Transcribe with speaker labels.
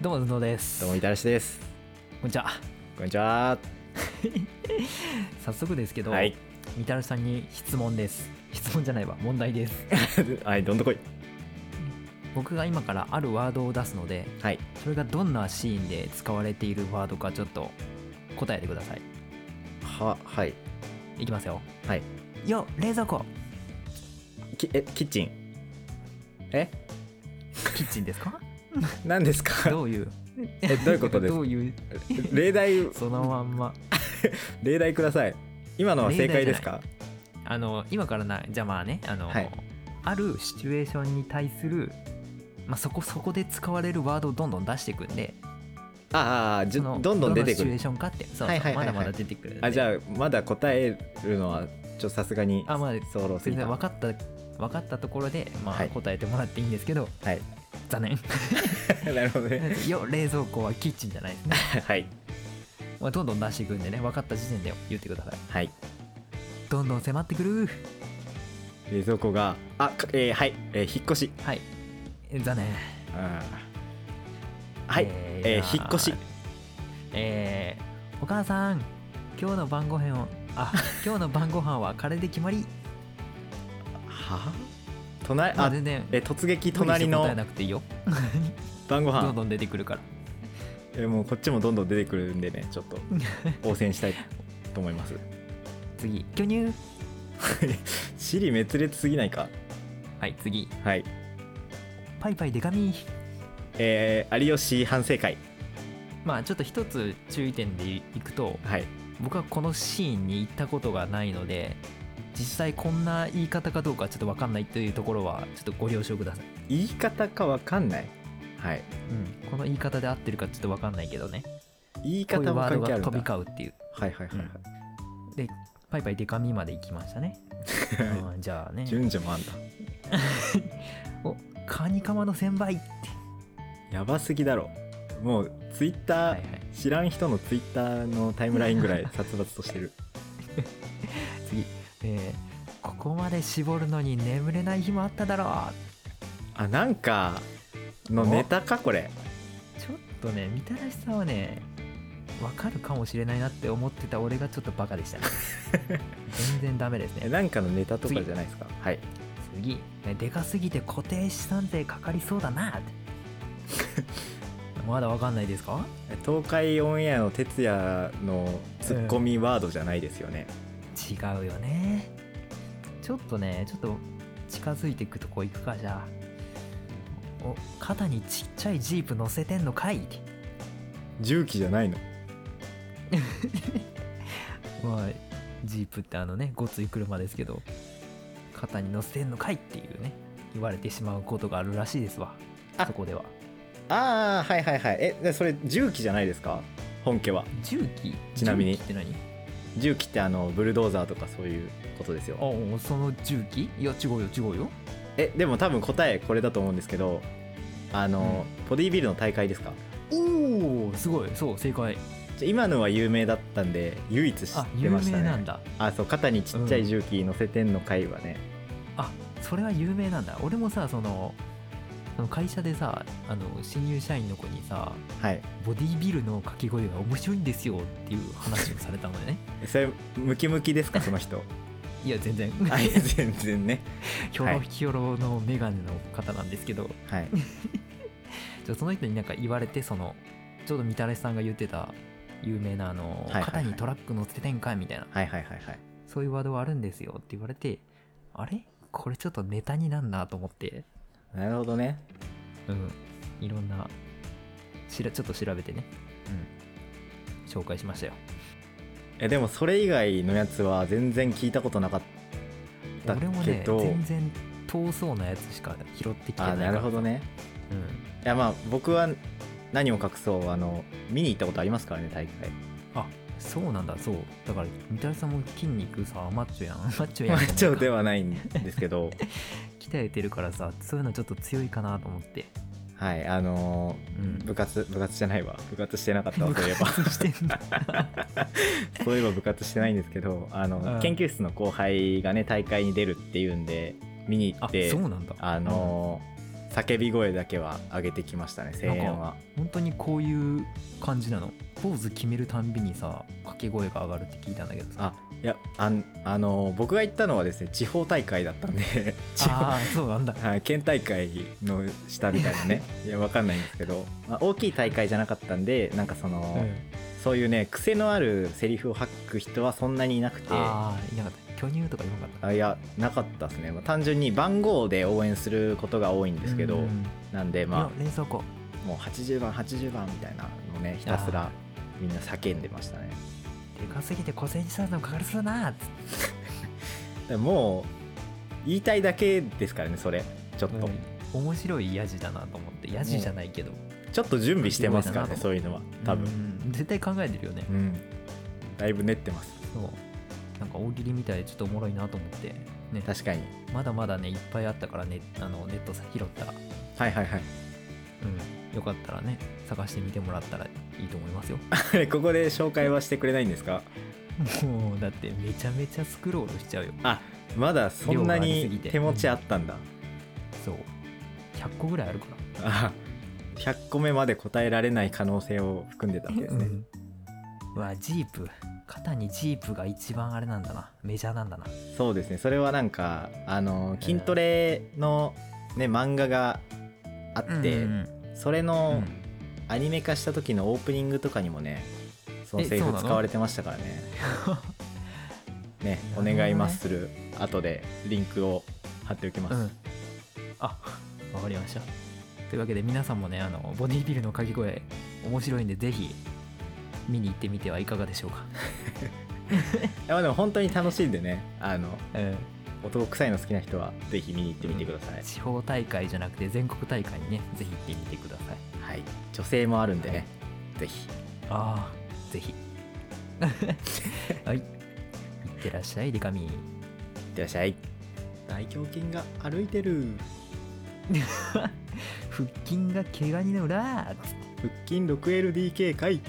Speaker 1: どうもずのです
Speaker 2: どうも、いたらしです。
Speaker 1: こんにちは
Speaker 2: こんにちは。
Speaker 1: 早速ですけど、
Speaker 2: はい。
Speaker 1: みたらしさんに質問です質問じゃないわ問題です
Speaker 2: はい、どんどこい。
Speaker 1: 僕が今からあるワードを出すので
Speaker 2: はい。
Speaker 1: それがどんなシーンで使われているワードかちょっと答えてください
Speaker 2: は、はい。
Speaker 1: いきますよ
Speaker 2: はい。
Speaker 1: よ冷蔵庫
Speaker 2: き、え、キッチン。え、
Speaker 1: キッチンです か
Speaker 2: 何ですか。
Speaker 1: どういう
Speaker 2: え、どういうことです
Speaker 1: どういう
Speaker 2: か。例題、
Speaker 1: そのまんま
Speaker 2: 例題ください。今のは正解ですか。
Speaker 1: あの今からなじゃあまあねあの、
Speaker 2: はい
Speaker 1: あるシチュエーションに対する、まあ、そこそこで使われるワードをどんどん出していくんで
Speaker 2: ああ、じゅ
Speaker 1: その
Speaker 2: どんどん出てく
Speaker 1: どのシチュエー
Speaker 2: る。
Speaker 1: ションかってそうそう
Speaker 2: はいはいはいはい
Speaker 1: まだまだ出てくるんで
Speaker 2: あ、じゃあ、まだ答えるのは、ちょっとさすがに。
Speaker 1: あまあ
Speaker 2: 早漏す
Speaker 1: 全
Speaker 2: ぎ
Speaker 1: 然
Speaker 2: た。
Speaker 1: 分かった分かったところで、ま
Speaker 2: は
Speaker 1: あ、
Speaker 2: い
Speaker 1: 答えてもらっていいんですけど、
Speaker 2: はい。
Speaker 1: 残 念
Speaker 2: なるほどね。
Speaker 1: よ冷蔵庫はキッチンじゃないですね、
Speaker 2: はい。
Speaker 1: まあ、どんどん出していくんでね分かった時点で言ってください
Speaker 2: はい。
Speaker 1: どんどん迫ってくる
Speaker 2: 冷蔵庫が、あ、かえー、はい、えー、引っ越し。
Speaker 1: はい残念
Speaker 2: あーはい、
Speaker 1: えー
Speaker 2: え
Speaker 1: じゃ
Speaker 2: ー、
Speaker 1: あ
Speaker 2: 引っ越し。
Speaker 1: えー、お母さん今日の晩ご飯を あ今日の晩ご飯はカレーで決まり
Speaker 2: は隣
Speaker 1: まあ
Speaker 2: あ
Speaker 1: 全然
Speaker 2: え突撃隣
Speaker 1: 無理して答
Speaker 2: の
Speaker 1: えなくていいよ
Speaker 2: 晩ご
Speaker 1: どん
Speaker 2: 飯
Speaker 1: どん出てくるから
Speaker 2: えもうこっちもどんどん出てくるんでねちょっ と応戦したいと思います
Speaker 1: 次巨乳
Speaker 2: シリ滅裂すぎないか
Speaker 1: はい次
Speaker 2: はい
Speaker 1: パイパイでかみ
Speaker 2: えー、有吉反省会
Speaker 1: まあちょっと一つ注意点でいくと
Speaker 2: はい
Speaker 1: 僕はこのシーンに行ったことがないので実際こんな言い方かどうかちょっと分かんないというところはちょっとご了承ください、
Speaker 2: 言い方かわかんないはい
Speaker 1: うん、この言い方で合ってるかちょっと分かんないけどね
Speaker 2: 言い
Speaker 1: こうい
Speaker 2: 方
Speaker 1: う
Speaker 2: も
Speaker 1: ワード
Speaker 2: 関係あ
Speaker 1: が
Speaker 2: る
Speaker 1: 飛び
Speaker 2: んだ
Speaker 1: 交うっていう
Speaker 2: はいはいはいはい、
Speaker 1: でパイパイデカミまで行きました ね、うんじゃあね
Speaker 2: 順序もあんだ
Speaker 1: おカニカマの千倍
Speaker 2: やばすぎだろもうツイッター、
Speaker 1: はいはい
Speaker 2: 知らん人のツイッターのタイムラインぐらい殺伐とし てる
Speaker 1: 次えーここまで絞るのに眠れない日もあっただろう
Speaker 2: あなんかのネタかこれ
Speaker 1: ちょっとねみたらしさんはねわかるかもしれないなって思ってた俺がちょっとバカでしたね全然ダメです
Speaker 2: え
Speaker 1: ね
Speaker 2: なんかのネタとかじゃないですかはい
Speaker 1: 次ねでかすぎて固定資産税かかりそうだなってまだわかんないですか
Speaker 2: 東海オンエアの哲也のツッコミワードじゃないですよね、
Speaker 1: 違うよねちょっとねちょっと近づいていくとこ行くかじゃあお肩にちっちゃいジープ乗せてんのかいって
Speaker 2: 重機じゃないの
Speaker 1: まあジープってあのねごつい車ですけど肩に乗せてんのかいっていうね言われてしまうことがあるらしいですわ
Speaker 2: あ
Speaker 1: そこでは
Speaker 2: ああはいはいはいえでそれ重機じゃないですか本家は
Speaker 1: 重機
Speaker 2: ちなみに
Speaker 1: 重機って何
Speaker 2: 重機ってあのブルドーザーとかそういうことですよ
Speaker 1: ああその重機いや違うよ違うよ
Speaker 2: えでも多分答えこれだと思うんですけどあの、ボディービルの大会ですか
Speaker 1: おおすごいそう正解
Speaker 2: ちょ今のは有名だったんで唯一知
Speaker 1: あ
Speaker 2: って
Speaker 1: 有
Speaker 2: ました
Speaker 1: 名なん
Speaker 2: ね
Speaker 1: だ
Speaker 2: あそう肩にちっちゃい重機乗せてんの会はね、
Speaker 1: あそれは有名なんだ俺もさそのその会社でさあの新入社員の子にさ
Speaker 2: はい
Speaker 1: ボディビルの掛け声が面白いんですよっていう話をされたのよね
Speaker 2: それムキムキですかその 人
Speaker 1: いや全 然
Speaker 2: あいや全然ね
Speaker 1: ヒョロヒョロのメガネの方なんですけど、
Speaker 2: はい
Speaker 1: ちょっとその人になんか言われてそのちょうどみたらしさんが言ってた有名なあの、
Speaker 2: はいはいはい
Speaker 1: 肩にトラック乗せてんかいみたいな
Speaker 2: はいはいはいはい
Speaker 1: そういうワードがあるんですよって言われてあれこれちょっとネタになんなと思って
Speaker 2: なるほどね
Speaker 1: うんいろんなしらちょっと調べてねうん紹介しましたよ
Speaker 2: えでもそれ以外のやつは全然聞いたことなかった
Speaker 1: 俺も
Speaker 2: け
Speaker 1: ね
Speaker 2: ど、
Speaker 1: 全然遠そうなやつしか拾ってきてない
Speaker 2: あ
Speaker 1: から
Speaker 2: なるほどね
Speaker 1: うん
Speaker 2: いやまあ僕は何を隠そうあの見に行ったことありますからね大会
Speaker 1: あそうなんだそうだからみたらしさんも筋肉さマッチョやんマッチョや
Speaker 2: ま
Speaker 1: ん
Speaker 2: あ ちょで
Speaker 1: は
Speaker 2: はないんですけど
Speaker 1: 鍛えてるからさそういうのちょっと強いかなと思って
Speaker 2: はいあのー
Speaker 1: うん
Speaker 2: 部活部活じゃないわ部活してなかったわそ ういえば
Speaker 1: 活してんだ
Speaker 2: そういえば部活してないんですけどあの、
Speaker 1: うん
Speaker 2: 研究室の後輩がね大会に出るっていうんで見に行
Speaker 1: あ
Speaker 2: って
Speaker 1: そうなんだ
Speaker 2: あのー叫び声だけは上げてきましたね声援は
Speaker 1: 本当にこういう感じなのポーズ決めるたんびにさ掛け声が上がるって聞いたんだけどさ
Speaker 2: あいやあんあの僕が行ったのはですね地方大会だったん で地方
Speaker 1: あーそうなん だ
Speaker 2: はい、県大会の下みたい なねいやわかんないんですけど、まあ、大きい大会じゃなかったんでなんかその、そういうね癖のあるセリフを吐く人はそんなにいなくて
Speaker 1: ああいなかった巨乳とか言わなかった
Speaker 2: あいやなかったですね、まあ、単純に番号で応援することが多いんですけど、
Speaker 1: うん
Speaker 2: なんで
Speaker 1: いや
Speaker 2: ま
Speaker 1: 冷蔵庫
Speaker 2: あもう80番80番みたいなのをねひたすらみんな叫んでましたね
Speaker 1: でかすぎて小銭サイズのかかりそうだなっつって
Speaker 2: でもう言いたいだけですからねそれちょっと、
Speaker 1: うん面白いヤジだなと思ってヤジじゃないけど
Speaker 2: ちょっと準備してますからね
Speaker 1: うん
Speaker 2: そういうのは多分
Speaker 1: うん絶対考えてるよね
Speaker 2: うん、だいぶ練ってます
Speaker 1: そうなんか大喜利みたいでちょっとおもろいなと思ってね
Speaker 2: 確かに
Speaker 1: まだまだねいっぱいあったからねあのネットさ拾ったら
Speaker 2: はいはいはい
Speaker 1: うん、よかったらね探してみてもらったらいいと思います よ
Speaker 2: あ れここで紹介はしてくれないんですか
Speaker 1: もうだってめちゃめちゃスクロールしちゃうよ
Speaker 2: あまだそんな
Speaker 1: 量がありすぎ
Speaker 2: に
Speaker 1: て
Speaker 2: 手持ちあったんだ、
Speaker 1: そう100個ぐらいあるから
Speaker 2: あ100個目まで答えられない可能性を含んでたわけですね、
Speaker 1: うわジープ肩にジープが一番あれなんだなメジャーなんだな
Speaker 2: そうですねそれはなんかあの筋トレの、ね、漫画があって、
Speaker 1: うん
Speaker 2: それ
Speaker 1: うん
Speaker 2: のアニメ化した時のオープニングとかにもねそのセリ
Speaker 1: えそう
Speaker 2: フ
Speaker 1: なの
Speaker 2: 使われてましたから ねね
Speaker 1: なる
Speaker 2: お
Speaker 1: ほどね
Speaker 2: 願いますする後でリンクを貼っておきます、
Speaker 1: うんあわかりましたというわけで皆さんもねあのボディビルの掛け声面白いんでぜひ見に行ってみてはいかがでしょうか、
Speaker 2: いやまあでも本当に楽しんでねあの
Speaker 1: うん、
Speaker 2: 男臭いの好きな人はぜひ見に行ってみてください、
Speaker 1: 地方大会じゃなくて全国大会にねぜひ行ってみてください
Speaker 2: はい女性もあるんでね、ぜひ
Speaker 1: ああぜ ひはいいってらっしゃいデカミン
Speaker 2: いってらっしゃい大胸筋が歩いてる
Speaker 1: 腹筋が毛ガニの裏
Speaker 2: 腹筋 6LDK かい